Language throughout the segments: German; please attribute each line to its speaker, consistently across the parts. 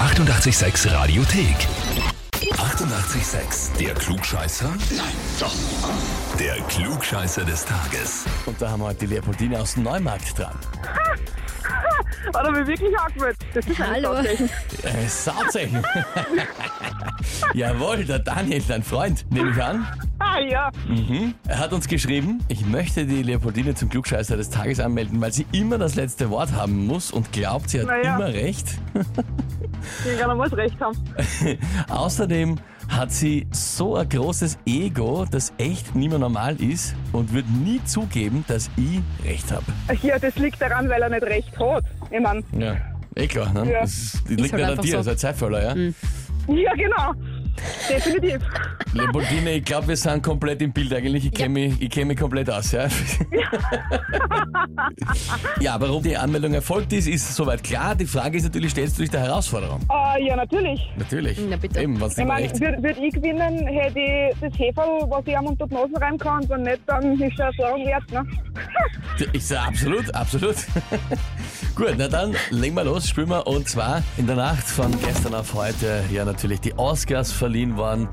Speaker 1: 886 Radiothek. 88,6. Der Klugscheißer? Nein, doch. Der Klugscheißer des Tages.
Speaker 2: Und da haben wir heute die Leopoldine aus dem Neumarkt dran.
Speaker 3: Hat er mich wirklich angemeldet? Das ist eine
Speaker 4: Hallo.
Speaker 3: Sache.
Speaker 2: Äh, Sauzeichen. Jawohl, der Daniel, dein Freund, nehme ich an.
Speaker 3: Ah ja,
Speaker 2: Er hat uns geschrieben, ich möchte die Leopoldine zum Klugscheißer des Tages anmelden, weil sie immer das letzte Wort haben muss und glaubt, sie hat
Speaker 3: Na ja.
Speaker 2: immer recht.
Speaker 3: ich kann einmal recht haben.
Speaker 2: Außerdem hat sie so ein großes Ego, das echt nicht mehr normal ist und wird nie zugeben, dass ich recht habe.
Speaker 3: Ja, das liegt daran, weil er nicht recht hat. Ich meine,
Speaker 2: Ja. Eh klar, ne?
Speaker 3: Ja.
Speaker 2: Das liegt
Speaker 4: halt
Speaker 2: nicht an
Speaker 4: einfach
Speaker 2: dir,
Speaker 4: so. Mhm.
Speaker 2: das ist ein Zeitfäller, ja?
Speaker 3: ja genau. Definitiv.
Speaker 2: Leopoldine, ich glaube, wir sind komplett im Bild eigentlich. Ich kenne mich, ich kenn mich komplett aus, ja? ja, warum die Anmeldung erfolgt ist, ist soweit klar. Die Frage ist natürlich, stellst du dich der Herausforderung?
Speaker 3: Ah ja, natürlich.
Speaker 2: Natürlich.
Speaker 4: Na bitte.
Speaker 2: Eben, was
Speaker 3: Ich
Speaker 2: immer
Speaker 3: meine,
Speaker 2: recht.
Speaker 3: würde würd ich gewinnen, hätte ich das Heferl, was ich am unter die Nase rein kann, wenn nicht, dann ist er Sorgen wert. Ne?
Speaker 2: Ich sag absolut, absolut. Gut, na dann legen wir los, spielen wir. Und zwar in der Nacht von gestern auf heute, ja natürlich die Oscars verliehen worden.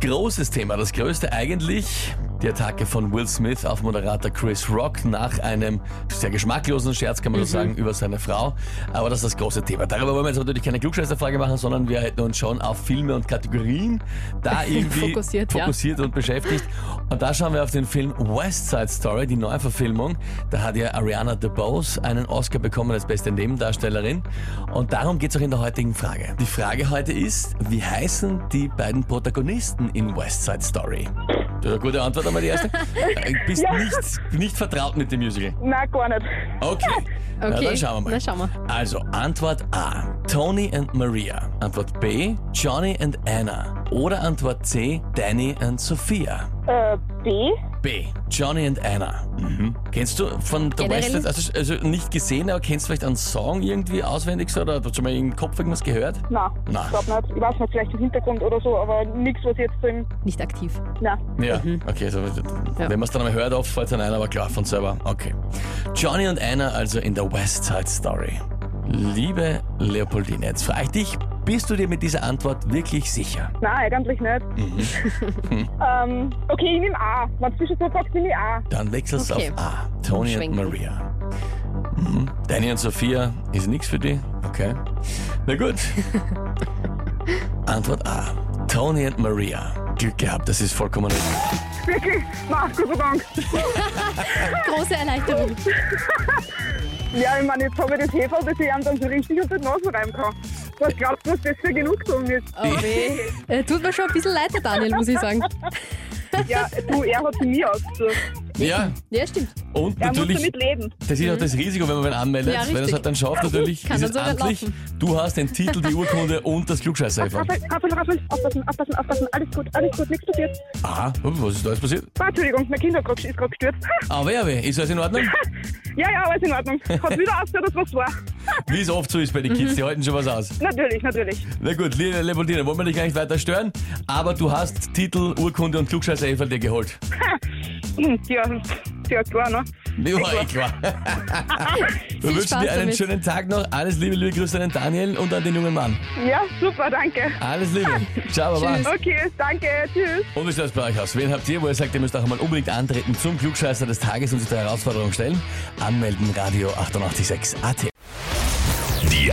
Speaker 2: Großes Thema, das größte eigentlich. Die Attacke von Will Smith auf Moderator Chris Rock nach einem sehr geschmacklosen Scherz, kann man
Speaker 4: Mhm.
Speaker 2: so sagen, über seine Frau. Aber das ist das große Thema. Darüber wollen wir jetzt natürlich keine Klugscheißerfrage machen, sondern wir hätten uns schon auf Filme und Kategorien da irgendwie
Speaker 4: Fokussiert, ja.
Speaker 2: fokussiert interessiert und beschäftigt. Und da schauen wir auf den Film West Side Story, die Neuverfilmung. Da hat ja Ariana DeBose einen Oscar bekommen als beste Nebendarstellerin. Und darum geht es auch in der heutigen Frage. Die Frage heute ist, wie heißen die beiden Protagonisten in West Side Story? Das ist eine gute Antwort, einmal die erste. Äh, Bist
Speaker 3: Ja.
Speaker 2: nicht, nicht vertraut mit dem Musical.
Speaker 3: Nein, gar nicht.
Speaker 2: Okay. Na,
Speaker 4: Okay,
Speaker 2: dann schauen wir mal.
Speaker 4: dann schauen
Speaker 2: Also, Antwort A. Tony and Maria. Antwort B. Johnny and Anna. Oder Antwort C. Danny and Sophia.
Speaker 3: Äh, B?
Speaker 2: B. Johnny and Anna. Mhm. Kennst du von The
Speaker 4: Generell-
Speaker 2: West, also, also nicht gesehen, aber kennst du vielleicht einen Song irgendwie auswendig so oder hast du schon mal im Kopf irgendwas gehört?
Speaker 3: Nein,
Speaker 2: Nein.
Speaker 3: ich glaube nicht. Ich weiß nicht, vielleicht im Hintergrund oder so, aber nichts, was jetzt so im...
Speaker 4: Nicht aktiv.
Speaker 3: Nein.
Speaker 2: Ja,
Speaker 4: Mhm.
Speaker 2: okay, so, wenn man es dann einmal hört, oft fällt es einem ein, aber klar, von selber. Okay. Johnny und Anna also in der West Side Story. Liebe Leopoldine, jetzt frage ich dich, bist du dir mit dieser Antwort wirklich sicher?
Speaker 3: Nein, eigentlich nicht.
Speaker 2: Mhm.
Speaker 3: ähm, okay, ich nehme A. Wenn du zwischen so fragst, nehme ich A.
Speaker 2: Dann wechselst du
Speaker 4: Okay.
Speaker 2: auf A. Tony und
Speaker 4: Umschwenken.
Speaker 2: Maria. Mhm. Danny und Sophia ist nichts für die. Okay. Na gut. Antwort A. Tony und Maria. Glück gehabt, das ist vollkommen richtig.
Speaker 3: Wirklich? Nein, Gott sei Dank.
Speaker 4: Große Erleichterung.
Speaker 3: Ja, ich meine, jetzt habe ich das Heferl, dass ich ihm dann so richtig unter die Nase reiben kann. Was glaubst du, was das für genug tun ist?
Speaker 4: Oh, weh. Äh, tut mir schon ein bisschen leid, der Daniel, muss ich sagen.
Speaker 3: Ja, du, er hat mir aus. So.
Speaker 2: Ja,
Speaker 4: Ja, stimmt.
Speaker 2: und
Speaker 3: Er muss
Speaker 2: natürlich,
Speaker 3: damit leben.
Speaker 2: das ist auch das Risiko, wenn man wen anmeldet.
Speaker 4: Mhm. Ja,
Speaker 2: wenn er es
Speaker 4: richtig.
Speaker 2: halt dann schafft, natürlich ist
Speaker 4: Kann dann
Speaker 2: es
Speaker 4: sogar
Speaker 2: amtlich.
Speaker 4: laufen.
Speaker 2: Du hast den Titel, die Urkunde und das klugscheißer
Speaker 3: Raffel, Raffel, Raffel, aufpassen, aufpassen, aufpassen. Alles gut, alles gut, nichts passiert.
Speaker 2: Aha, hm, was ist da jetzt passiert?
Speaker 3: Ah, Entschuldigung, mein Kind hat grad- ist gerade gestürzt. Ah,
Speaker 2: Aber ja, weh, ist alles in Ordnung?
Speaker 3: Ja, ja, alles in Ordnung. Hat wieder ausgehört, dass was war.
Speaker 2: Wie es oft so ist bei den Kids,
Speaker 4: Mhm.
Speaker 2: die halten schon was aus.
Speaker 3: Natürlich, natürlich.
Speaker 2: Na gut, liebe Leopoldina, wollen wir dich gar nicht weiter stören, aber du hast Titel, Urkunde und klugscheißer Everl dir geholt.
Speaker 3: Ja, ja, klar, ne? Ah,
Speaker 2: Ja, eh klar. Wir
Speaker 4: Viel
Speaker 2: wünschen
Speaker 4: Spaß
Speaker 2: dir einen
Speaker 4: damit.
Speaker 2: schönen Tag noch. Alles Liebe, liebe Grüße an den Daniel und an den jungen Mann.
Speaker 3: Ja, super, danke.
Speaker 2: Alles Liebe. Ciao, baba.
Speaker 4: Tschüss.
Speaker 3: Okay, danke, tschüss.
Speaker 2: Und wie schaut's bei euch aus? Wen habt ihr, wo ihr sagt, ihr müsst auch einmal unbedingt antreten zum Klugscheißer des Tages und sich der Herausforderung stellen? Anmelden, Radio 886 AT.
Speaker 1: Die